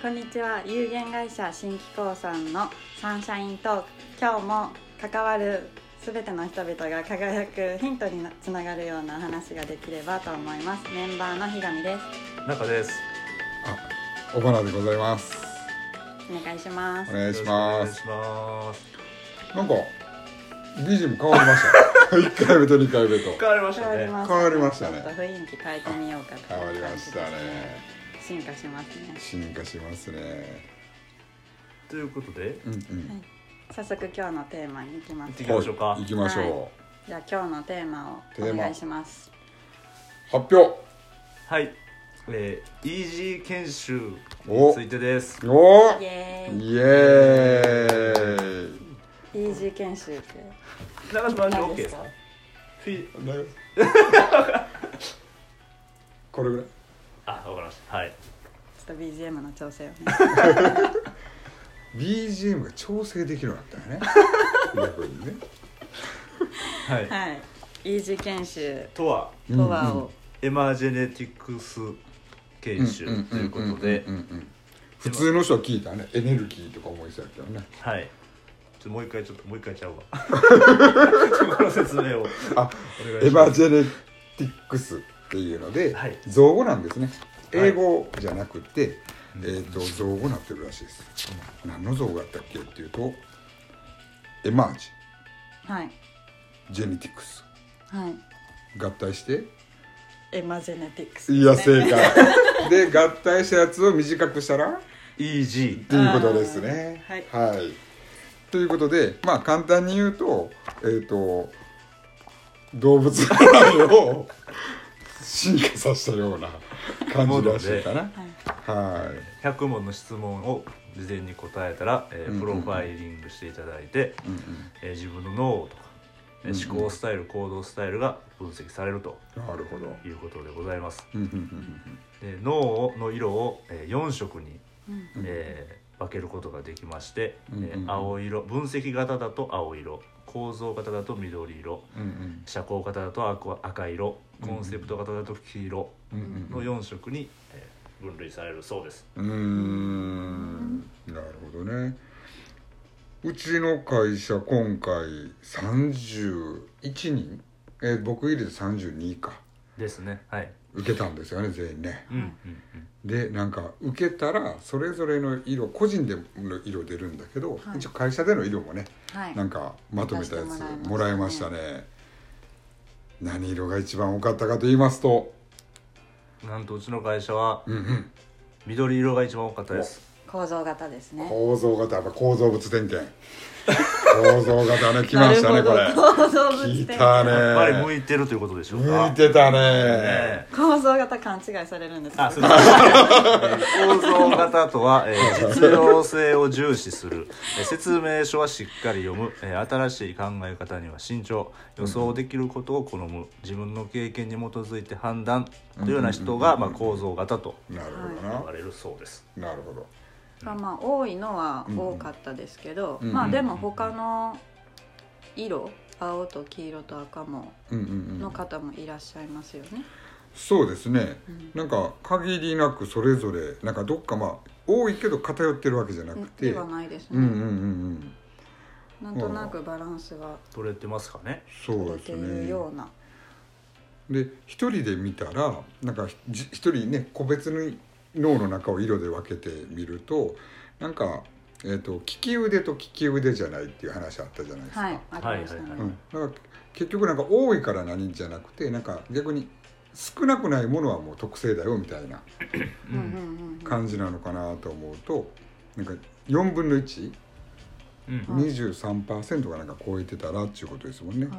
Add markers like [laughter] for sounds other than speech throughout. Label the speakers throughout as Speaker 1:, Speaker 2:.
Speaker 1: こんにちは有限会社新機構さんのサンシャイントーク今日も関わる全ての人々が輝くヒントになつながるような話ができればと思いますメンバーの日上です
Speaker 2: 中です。
Speaker 3: おばなでございます。
Speaker 1: お願いしま
Speaker 3: お
Speaker 1: す
Speaker 3: 願いしま
Speaker 2: よろし
Speaker 3: す。
Speaker 2: くお願いします。
Speaker 3: なんか、ビジム変わり
Speaker 2: [laughs]
Speaker 3: ました。一回目と二回目と。
Speaker 2: 変わりまし
Speaker 1: 変
Speaker 2: た
Speaker 1: わり
Speaker 2: ね。
Speaker 1: ます
Speaker 3: 変わりましたね
Speaker 1: ちょっと雰囲気変えてみようかと
Speaker 3: 変わりましたね。
Speaker 1: 進化しますね
Speaker 3: 進化しますね。
Speaker 2: ということで、
Speaker 3: うんう
Speaker 1: はい
Speaker 3: ん。
Speaker 1: 早速今日のテーマに行きま
Speaker 2: 行って
Speaker 1: す
Speaker 2: きましょうか
Speaker 3: 行。きましょ
Speaker 1: じゃあ今日のテーマ
Speaker 3: テ
Speaker 1: をお
Speaker 3: ーマ
Speaker 1: 願いします
Speaker 3: う。発表。
Speaker 2: はい。えー、イージー研修についてです。
Speaker 3: おお
Speaker 1: イ。エーイ
Speaker 3: イエーイ。
Speaker 1: イージー研修って
Speaker 2: 長島さん、オ
Speaker 1: 何
Speaker 2: ッケー
Speaker 1: で
Speaker 2: ですす
Speaker 1: か
Speaker 2: か。フィ
Speaker 3: [laughs] これぐらい。
Speaker 2: あ、わかりました。はい。
Speaker 1: ちょっと BGM の調整をね
Speaker 3: BGM が調整できるようにな
Speaker 2: [laughs]
Speaker 3: ったよね。逆にね。
Speaker 2: はい。
Speaker 1: はいイージー研修
Speaker 2: とは
Speaker 3: うんうん
Speaker 1: とはを
Speaker 2: エマージェネティクス研修ということで
Speaker 3: う、んうんうんうん普通の人は聞いたらね、エネルギーとか思いそうやけどね。
Speaker 2: はい。ちょっともう一回ちょっともう一回ちゃう
Speaker 3: [laughs]
Speaker 2: わ。そこの説明を
Speaker 3: あ
Speaker 2: お願い
Speaker 3: エ
Speaker 2: し
Speaker 3: バ
Speaker 2: ま
Speaker 3: ー
Speaker 2: す。
Speaker 3: ジェネティックスっていうので、
Speaker 2: はい
Speaker 3: 造語なんですね
Speaker 2: はい
Speaker 3: 英語じゃなくて、えー、と造語になってるらしいです、何の造語だったっけっていうとエマージ
Speaker 1: はい
Speaker 3: ジェネティクス
Speaker 1: はい
Speaker 3: 合体して
Speaker 1: エマジェネティクス
Speaker 3: いや正解 [laughs] で合体したやつを短くしたら
Speaker 2: イージ
Speaker 3: っていうことですね
Speaker 1: あー
Speaker 3: はい、ということでまあ簡単に言うとえっ、と動物由来を [laughs] 進化させたような感じらしいかなはい
Speaker 2: ー。100問の質問を事前に答えたら、え
Speaker 3: うんうんう
Speaker 2: ー、
Speaker 3: ん
Speaker 2: プロファイリングしていただいて、
Speaker 3: うん
Speaker 2: えー自分の脳とか、えー
Speaker 3: うんうん
Speaker 2: 思考スタイル行動スタイルが分析されると
Speaker 3: うんなるほど
Speaker 2: いうことでございます
Speaker 3: うんうん
Speaker 2: で脳の色を、え4色に、
Speaker 1: うん
Speaker 3: うん
Speaker 2: えー分けることができまして、
Speaker 3: うんうんうん
Speaker 2: えー青色分析型だと青色構造型だと緑色
Speaker 3: うんうん
Speaker 2: 社交型だと赤赤色
Speaker 3: うん
Speaker 2: コンセプト型だと黄色
Speaker 3: うん
Speaker 2: の4色に、えー分類されるそうです
Speaker 3: うんうんうんなるほどねうちの会社今回31人えー僕入れて32か
Speaker 2: ですねはい、
Speaker 3: 受けたんですよね全員ね
Speaker 2: うんうんうん
Speaker 3: でなんか受けたらそれぞれの色個人での色出るんだけど、
Speaker 1: はい
Speaker 3: 一応会社での色もね
Speaker 1: はい
Speaker 3: なんかまとめたや
Speaker 1: 出して
Speaker 3: つ
Speaker 1: も
Speaker 3: も
Speaker 1: ら
Speaker 3: ら
Speaker 1: い
Speaker 3: い
Speaker 1: ま
Speaker 3: ま
Speaker 1: し
Speaker 3: したたね何色が一番多かったかと言いますと
Speaker 2: なんとうちの会社は
Speaker 3: うんうん
Speaker 2: 緑色が一番多かったです
Speaker 1: 構造型ですね
Speaker 3: 構造型やっぱ構造物点検構造型ね来ましたねこ
Speaker 1: [laughs] なる
Speaker 3: れ
Speaker 1: ほど構造物
Speaker 3: 来
Speaker 1: 展
Speaker 3: たね
Speaker 2: やっぱり向いてるということでしょうか
Speaker 3: 向いてたね
Speaker 2: ね
Speaker 1: 構造型勘違いされるんです
Speaker 2: あ、
Speaker 1: よ
Speaker 2: すみません。構造型とは、え
Speaker 3: [laughs]
Speaker 2: ー実用性を重視する、えー説明書はしっかり読む、えー新しい考え方には慎重、予想できることを好む、自分の経験に基づいて判断というような人が、まあ、構造型と
Speaker 3: なるほど
Speaker 2: 呼
Speaker 3: な、
Speaker 2: ばれるそうです。
Speaker 3: なるほど
Speaker 1: がまあ多いのは多かったですけど、
Speaker 3: うん
Speaker 1: まあでも他の色青と黄色と赤も
Speaker 3: うんうんうん
Speaker 1: の方もいらっしゃいますよね、
Speaker 3: そうですね、
Speaker 1: うん
Speaker 3: なんか限りなくそれぞれなんかどっかまあ多いけど偏ってるわけじゃなくて
Speaker 1: で
Speaker 3: う
Speaker 1: は
Speaker 3: ん
Speaker 1: ないです
Speaker 3: う
Speaker 1: ね、
Speaker 3: んうんうん
Speaker 1: なんとなくバランスが
Speaker 2: 取れてますかね。
Speaker 3: そう
Speaker 1: 取れ
Speaker 3: で
Speaker 1: て
Speaker 3: す
Speaker 1: いる
Speaker 3: ね
Speaker 1: ような
Speaker 3: で一人で見たらなんかじ一人ね個別に脳の中を色で分けてみるとなんか、えー、と利き腕と利き腕じゃないっていう話あったじゃないですか、
Speaker 1: はいありましたね、
Speaker 2: はいはい
Speaker 3: うん、なんか結局なんか多いから何じゃなくてなんか逆に少なくないものはもう特性だよみたいな
Speaker 1: うんうんうんうん
Speaker 3: 感じなのかなと思うとなんか4分の1
Speaker 2: うん。
Speaker 1: はい
Speaker 3: 23%がなんか超えてたらっていうことですもんね。
Speaker 1: はい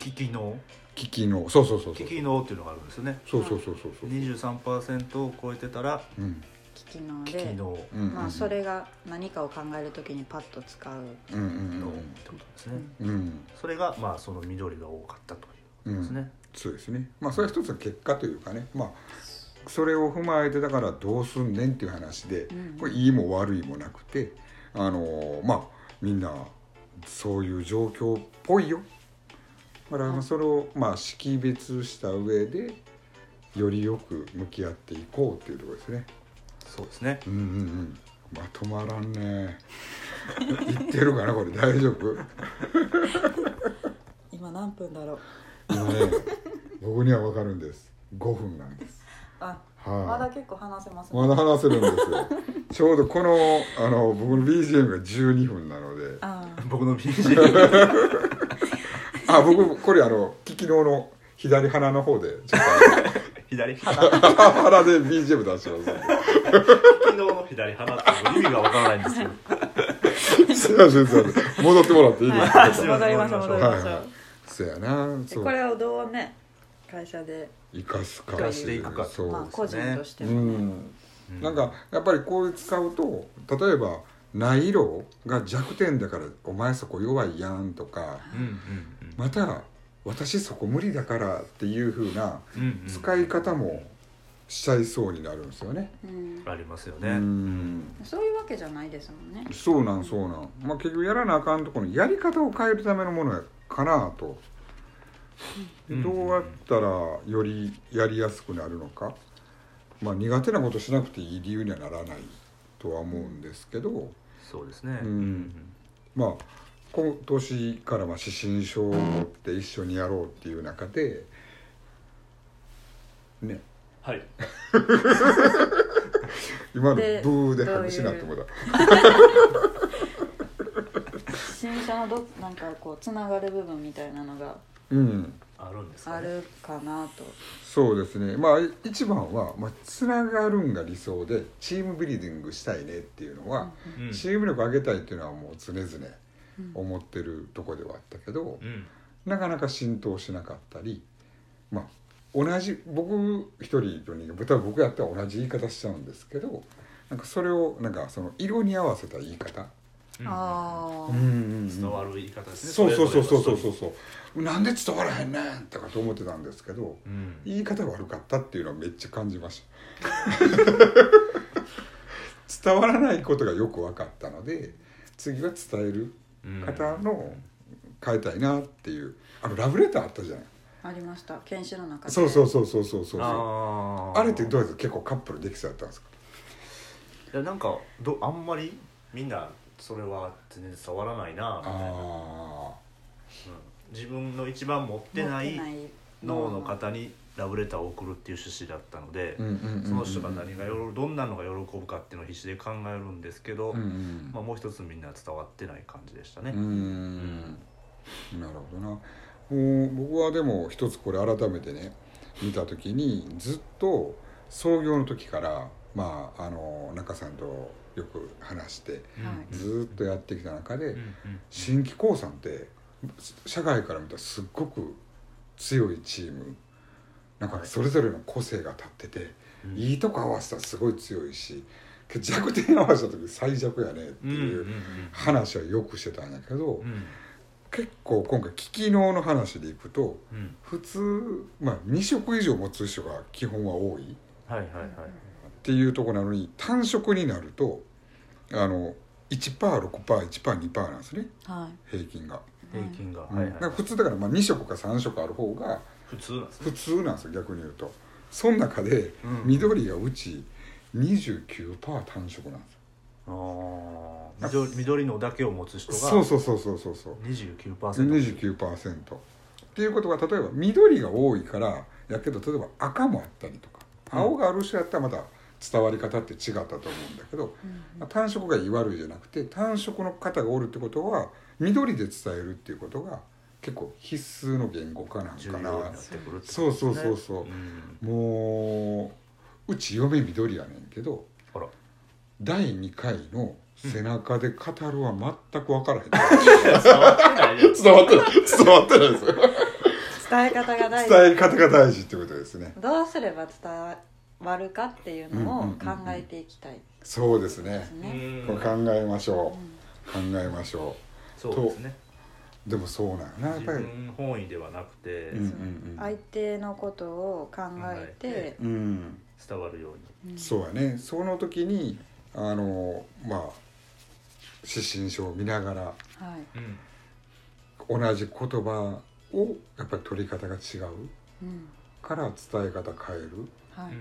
Speaker 2: 危機能、
Speaker 3: 危機のそうそうそうそ
Speaker 2: 危
Speaker 3: う
Speaker 2: 機能っていうのがあるんですよね。
Speaker 3: そうそうそうそうそう。
Speaker 2: 23%を超えてたら
Speaker 3: うん
Speaker 1: 聞きの
Speaker 2: 危
Speaker 1: で
Speaker 2: 機能
Speaker 3: うんうんうん
Speaker 1: まあ、それが何かを考えるときにパッと使う
Speaker 3: うんうん
Speaker 2: のってことですね。
Speaker 3: うんうん
Speaker 2: それがまあその緑が多かったというこ
Speaker 3: う
Speaker 2: とです
Speaker 3: ん
Speaker 2: ね。
Speaker 3: そうですね。まあそれは一つの結果というかね。まあそれを踏まえてだからどうすんねんっていう話で
Speaker 1: うんうん、
Speaker 3: これいいも悪いもなくて、あのーまあみんなそういう状況っぽいよ。だからまあそれをまあ識別した上でよりよく向き合っていこうっていうところですね。
Speaker 2: そうですね
Speaker 3: うんうんうんまとまらん
Speaker 1: [laughs]
Speaker 3: ね言ってるかなこれ大丈夫 [laughs]
Speaker 1: 今何分だろう
Speaker 3: 今ね僕には分かるんです5分なんです
Speaker 1: あまだ
Speaker 3: はい、
Speaker 1: 結構話せますね
Speaker 3: まだ話せる
Speaker 1: [laughs]
Speaker 3: んですよちょうどこのあの僕の BGM が12分なので
Speaker 1: あ
Speaker 3: [laughs]
Speaker 1: ー
Speaker 2: 僕の [laughs] BGM
Speaker 3: あ僕これあの聞きのの左鼻の方でちょっ
Speaker 2: 左鼻
Speaker 3: とあの鼻で BGM 出してます
Speaker 2: 昨日の左鼻って意味がわからないんですけ
Speaker 3: [laughs]
Speaker 2: ど
Speaker 3: すいませんすいません戻ってもらっていいですか、
Speaker 1: は
Speaker 3: はいい
Speaker 1: 戻りましょう戻りましょ
Speaker 3: は
Speaker 1: う
Speaker 3: い、そやな
Speaker 1: で
Speaker 3: そう
Speaker 1: これをどうね会社で、
Speaker 3: 生かすか
Speaker 2: 生かしていくか
Speaker 3: そう、
Speaker 1: まあ、個人として
Speaker 3: う
Speaker 1: も、
Speaker 3: んなんかやっぱりこう使うと例えばない色が弱点だからお前そこ弱いやんとか
Speaker 2: うんうん
Speaker 3: また私そこ無理だからっていう風な
Speaker 2: うんうんうん
Speaker 3: 使い方もしちゃいそうになるんですよね。
Speaker 1: うん
Speaker 2: ありますよ
Speaker 3: う
Speaker 2: ね
Speaker 3: ん
Speaker 1: そういうわけじゃないですもんね
Speaker 3: そうなんそうなん、まあ、結局やらなあかんとこのやり方を変えるためのものやかなと、
Speaker 2: うん
Speaker 3: どうやったらよりやりやすくなるのか、まあ、苦手なことしなくていい理由にはならないとは思うんですけど、
Speaker 2: そうですね
Speaker 3: うんまあ今年からまあ指針書を持って一緒にやろうっていう中でね
Speaker 2: はい
Speaker 3: 今のブ
Speaker 1: で
Speaker 3: ーで拍手になってもらっ
Speaker 1: 新車のどなんかこうつながる部分みたいなのが
Speaker 3: た。うん
Speaker 2: あるんです
Speaker 1: あ
Speaker 2: かね
Speaker 1: るかなと
Speaker 3: そうですねまあい一番は、まあ、つながるんが理想でチームビルディングしたいねっていうのは、
Speaker 2: うん
Speaker 3: チーム力上げたいっていうのはもう常々
Speaker 1: うん
Speaker 3: 思ってるとこではあったけど、
Speaker 2: うん
Speaker 3: なかなか浸透しなかったりまあ同じ僕一人とに多分僕やったら同じ言い方しちゃうんですけどなんかそれをなんかその色に合わせた言い方、
Speaker 2: うん
Speaker 1: ああ、
Speaker 3: ん
Speaker 2: 伝わる言い方ですね
Speaker 3: そうそうそうそうそう
Speaker 2: れぞれ
Speaker 3: そうそうなんで伝わらへんねんとかと思ってたんですけど、
Speaker 2: のうん
Speaker 3: 言い方悪かったっていうのはめっちゃ感じました [laughs] 伝わらないことがよく分かったので次は伝える
Speaker 2: うん
Speaker 3: 方の変えたいなっていうあのラブレターあったじゃない
Speaker 1: ありました研修の中で
Speaker 3: そうそうそうそうそうそうあ
Speaker 2: あー
Speaker 3: あれってどうやって結構カップルできそうやったんですか
Speaker 2: いやなんかどあんまりみんなそれは全然伝わらないなみたいな、うん
Speaker 3: あ
Speaker 2: 自分の一番持ってな
Speaker 1: 持って
Speaker 2: い
Speaker 1: ない
Speaker 2: 脳の方にラブレターを送るっていう趣旨だったので
Speaker 3: あ、うんうんうんうん
Speaker 2: その人が何がよろどんなのが喜ぶかっていうのを必死で考えるんですけど、
Speaker 3: うんうん
Speaker 2: まあ、もう一つみんな伝わってない感じでしたね。
Speaker 3: うーんなるほどなもう僕はでも一つこれ改めてね見た時にずっと創業の時からまああの中さんとよく話して
Speaker 1: はい
Speaker 3: ずっとやってきた中で、
Speaker 2: うんうん
Speaker 3: 新規興産って社外から見たらすっごく強いチームなんかそれぞれの個性が立ってて、
Speaker 2: うん
Speaker 3: いいとこ合わせたらすごい強いしけど弱点合わせた時最弱やねって
Speaker 2: うんうん
Speaker 3: いううん話はよくしてたんだけど、
Speaker 2: うん
Speaker 3: 結構今回機機能の話でいくと
Speaker 2: うん
Speaker 3: 普通、まあ、2食以上持つ人が基本は多いっ
Speaker 2: はいはいはい
Speaker 3: ていうところなのに単食になるとあの 1%6%1%2% なんですね
Speaker 1: は
Speaker 3: 平均が、
Speaker 1: い、
Speaker 2: 平均が、
Speaker 3: うん
Speaker 2: はい
Speaker 3: だか
Speaker 2: は
Speaker 3: ら
Speaker 2: い、
Speaker 3: 普通だからまあ2食か3食ある方が
Speaker 2: 普通なんですね。
Speaker 3: 普通なんですよ逆に言うとその中で
Speaker 2: うん
Speaker 3: 緑がうち29%単食なんですよ
Speaker 2: あー緑緑のだけを持つ人
Speaker 3: そう
Speaker 2: が
Speaker 3: そうそうそうそうそう
Speaker 2: 29%。
Speaker 3: 29%っていうことが例えば緑が多いからやけど例えば赤もあったりとか
Speaker 2: うん
Speaker 3: 青がある人やったらまた伝わり方って違ったと思うんだけど、
Speaker 1: うん
Speaker 3: まあ単色がいい悪いじゃなくて単色の方がおるってことは緑で伝えるっていうことが結構必須の言語化なん
Speaker 2: 重要
Speaker 3: か
Speaker 2: に
Speaker 3: な
Speaker 2: なってくるってことです
Speaker 3: そうそうそうそ
Speaker 2: う
Speaker 3: う
Speaker 2: ん
Speaker 3: もううち嫁緑やねんけど
Speaker 2: あら
Speaker 3: 第2回の背中で語るは全く分からへん、
Speaker 2: 伝わってないよ
Speaker 3: [laughs] 伝わってない伝わってないですよ
Speaker 1: 伝え方が大事
Speaker 3: 伝え方が大事ってことですね
Speaker 1: どうすれば伝わるかっていうのを考えていきたい
Speaker 3: そうです
Speaker 1: で
Speaker 3: ね
Speaker 1: すね、
Speaker 2: うん
Speaker 3: これ考えまし
Speaker 1: う
Speaker 3: ょ
Speaker 1: ん
Speaker 3: う考えましょ
Speaker 2: そうですね
Speaker 3: うでもそうなんやなやっ
Speaker 2: 自
Speaker 3: ぱり
Speaker 2: 分本位ではなくて
Speaker 3: うんうんうん
Speaker 1: 相手のことを考えて、
Speaker 3: うん
Speaker 2: 伝わるように
Speaker 1: うん
Speaker 3: そうやねその時にあのまあ指針書を見ながら
Speaker 1: はい、
Speaker 2: うん
Speaker 3: 同じ言葉をやっぱり取り方が違う
Speaker 1: うん
Speaker 3: から伝え方変える
Speaker 1: はい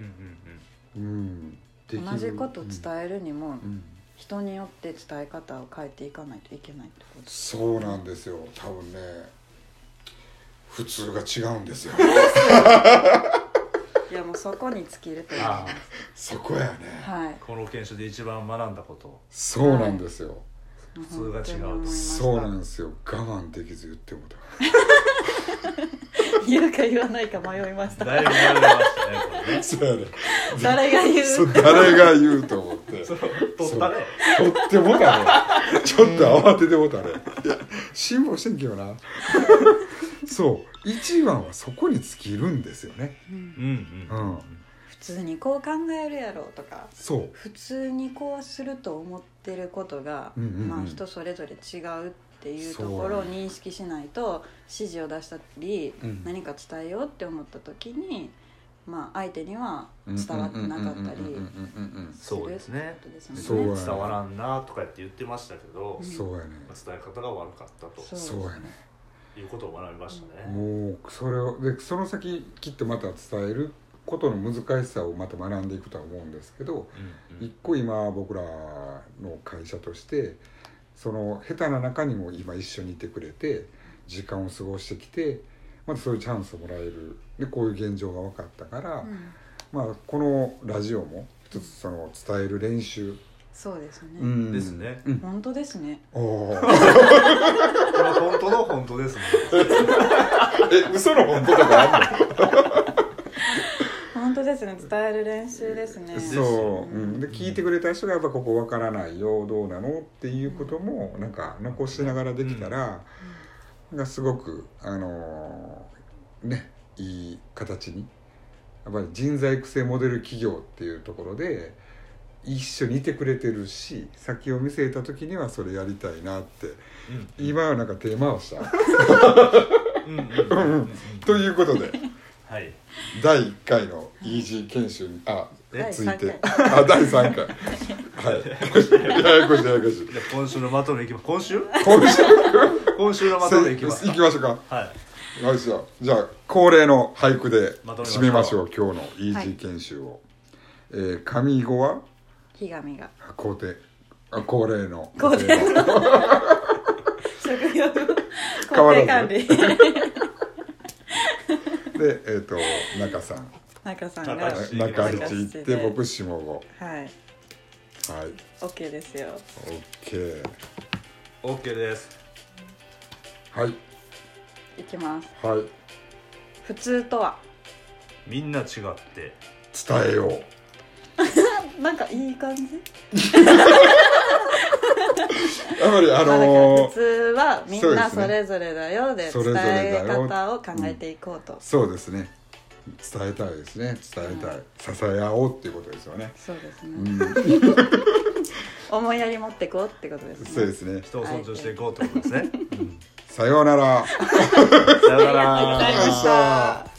Speaker 2: うんうん
Speaker 3: うんできる
Speaker 1: 同じこと伝えるにも
Speaker 3: うん
Speaker 1: 人によって伝え方を変えていかないといけないってことです
Speaker 3: そうなんですよ多分ね普通が違うんですよ
Speaker 1: いやもうそこに尽きると思い
Speaker 2: あ
Speaker 1: ます
Speaker 3: そこやね
Speaker 1: はい
Speaker 2: この研修で一番学んだ
Speaker 3: [laughs]
Speaker 2: こと
Speaker 3: そうなんですよ、
Speaker 1: 普
Speaker 2: 通が違うと
Speaker 3: そうなんですよ我慢できず言ってもだ
Speaker 1: 言うか言わないか迷いました
Speaker 2: だいぶ学びましたねこれね
Speaker 3: そうやね
Speaker 1: 誰が言
Speaker 3: そう
Speaker 1: う
Speaker 3: 誰が言うと思って
Speaker 2: そう取ったね
Speaker 3: とってもだねちょっと慌ててもだねいや辛抱してんけどなそう一番はそこに尽きるんですよね
Speaker 1: うん
Speaker 2: うん
Speaker 3: う
Speaker 2: うん
Speaker 3: ん
Speaker 1: 普通にこう考えるやろうとか
Speaker 3: そう
Speaker 1: 普通にこうすると思ってることが、
Speaker 3: うんうんうん
Speaker 1: まあ、人それぞれ違うっていうところを認識しないと指示を出したり、
Speaker 3: うん
Speaker 1: 何か伝えようって思った時に、まあ、相手には伝わってなかったり
Speaker 3: うんうんうん
Speaker 1: する
Speaker 2: そうですね
Speaker 1: ってことです
Speaker 2: う
Speaker 1: ね
Speaker 2: ん
Speaker 3: そうやね
Speaker 2: 伝わらんなとかって言ってましたけど
Speaker 3: うんうんそうやね
Speaker 2: 伝え方が悪かったと
Speaker 1: です
Speaker 3: そうやね
Speaker 2: いうことを学びましたね
Speaker 3: もうそれをでその先切ってまた伝えることの難しさをまた学んでいくとは思うんですけど
Speaker 2: うんうん
Speaker 3: 一個今僕らの会社としてその下手な中にも今一緒にいてくれて時間を過ごしてきてまたそういうチャンスをもらえるでこういう現状が分かったから、
Speaker 1: うん
Speaker 3: まあ、このラジオも一つその伝える練習、
Speaker 1: そうですね、
Speaker 3: うん
Speaker 2: ですね
Speaker 3: うん、
Speaker 1: 本当ですね
Speaker 3: おー
Speaker 2: これは本当の本当ですね
Speaker 3: [laughs] え嘘の本当とかあるの
Speaker 1: 本当ですね伝える練習ですね
Speaker 3: そう、
Speaker 1: う
Speaker 3: うんん、で聞いてくれた人がやっぱここわからないよどうなのっていうこともなんか残しながらできたら、なんかすごくあのーねいい形にやっぱり人材育成モデル企業っていうところで一緒にいてくれてるし先を見据えた時にはそれやりたいなって今はなんか手回した
Speaker 2: うんうんうんうんうん
Speaker 3: ということで
Speaker 2: はい
Speaker 3: 第1回の EG 研修にあ
Speaker 1: 第
Speaker 3: つ
Speaker 1: 三
Speaker 3: い
Speaker 1: 回
Speaker 3: てあ第3回はいややこしいややこしい
Speaker 2: じゃあ今週のまとめいきま今週
Speaker 3: 今週
Speaker 2: [laughs] 今週のまとめいきます
Speaker 3: 行きましょうか
Speaker 2: はい
Speaker 3: よいしょじゃあ恒例の俳句で
Speaker 2: まとめましょう
Speaker 3: 締めましょう今日の
Speaker 1: はい
Speaker 3: EG 研修を、えー上五は
Speaker 1: ひがみが
Speaker 3: あ皇帝あ恒例の [laughs]
Speaker 1: 皇帝
Speaker 3: の
Speaker 1: 職業
Speaker 3: 変わ
Speaker 1: 工程管 [laughs]
Speaker 3: らず
Speaker 1: 理
Speaker 3: [laughs] でえっ、と中さん
Speaker 1: 中さんが
Speaker 2: 中七
Speaker 3: 中
Speaker 2: 中
Speaker 3: 八行って僕下五
Speaker 1: はい
Speaker 3: はい
Speaker 1: OK ですよ
Speaker 3: OK
Speaker 2: OK です
Speaker 3: はい
Speaker 1: いきます
Speaker 3: はい
Speaker 1: 普通とは
Speaker 2: みんな違って
Speaker 3: 伝えよう
Speaker 1: なんかいい感じ
Speaker 3: やっぱりあ
Speaker 1: まあだから
Speaker 3: の
Speaker 1: 普
Speaker 3: ー
Speaker 1: 通はみんな
Speaker 3: そ
Speaker 1: そ
Speaker 3: うですね
Speaker 1: れぞれだよで
Speaker 3: それ
Speaker 1: 伝
Speaker 3: ぞれだよ
Speaker 1: え方を考えていこうと
Speaker 3: そうですね伝えたいですね伝えたい、支え合おうっていうことですよね、
Speaker 1: そうです
Speaker 3: う
Speaker 1: ね
Speaker 3: ん、
Speaker 1: [laughs] 思いやり持ってこうってことですね
Speaker 3: そうですね
Speaker 2: 人を尊重していこうってことですね、うん
Speaker 3: さようなら
Speaker 2: さような
Speaker 3: [laughs]
Speaker 1: ありがとうございまし
Speaker 2: ら
Speaker 1: た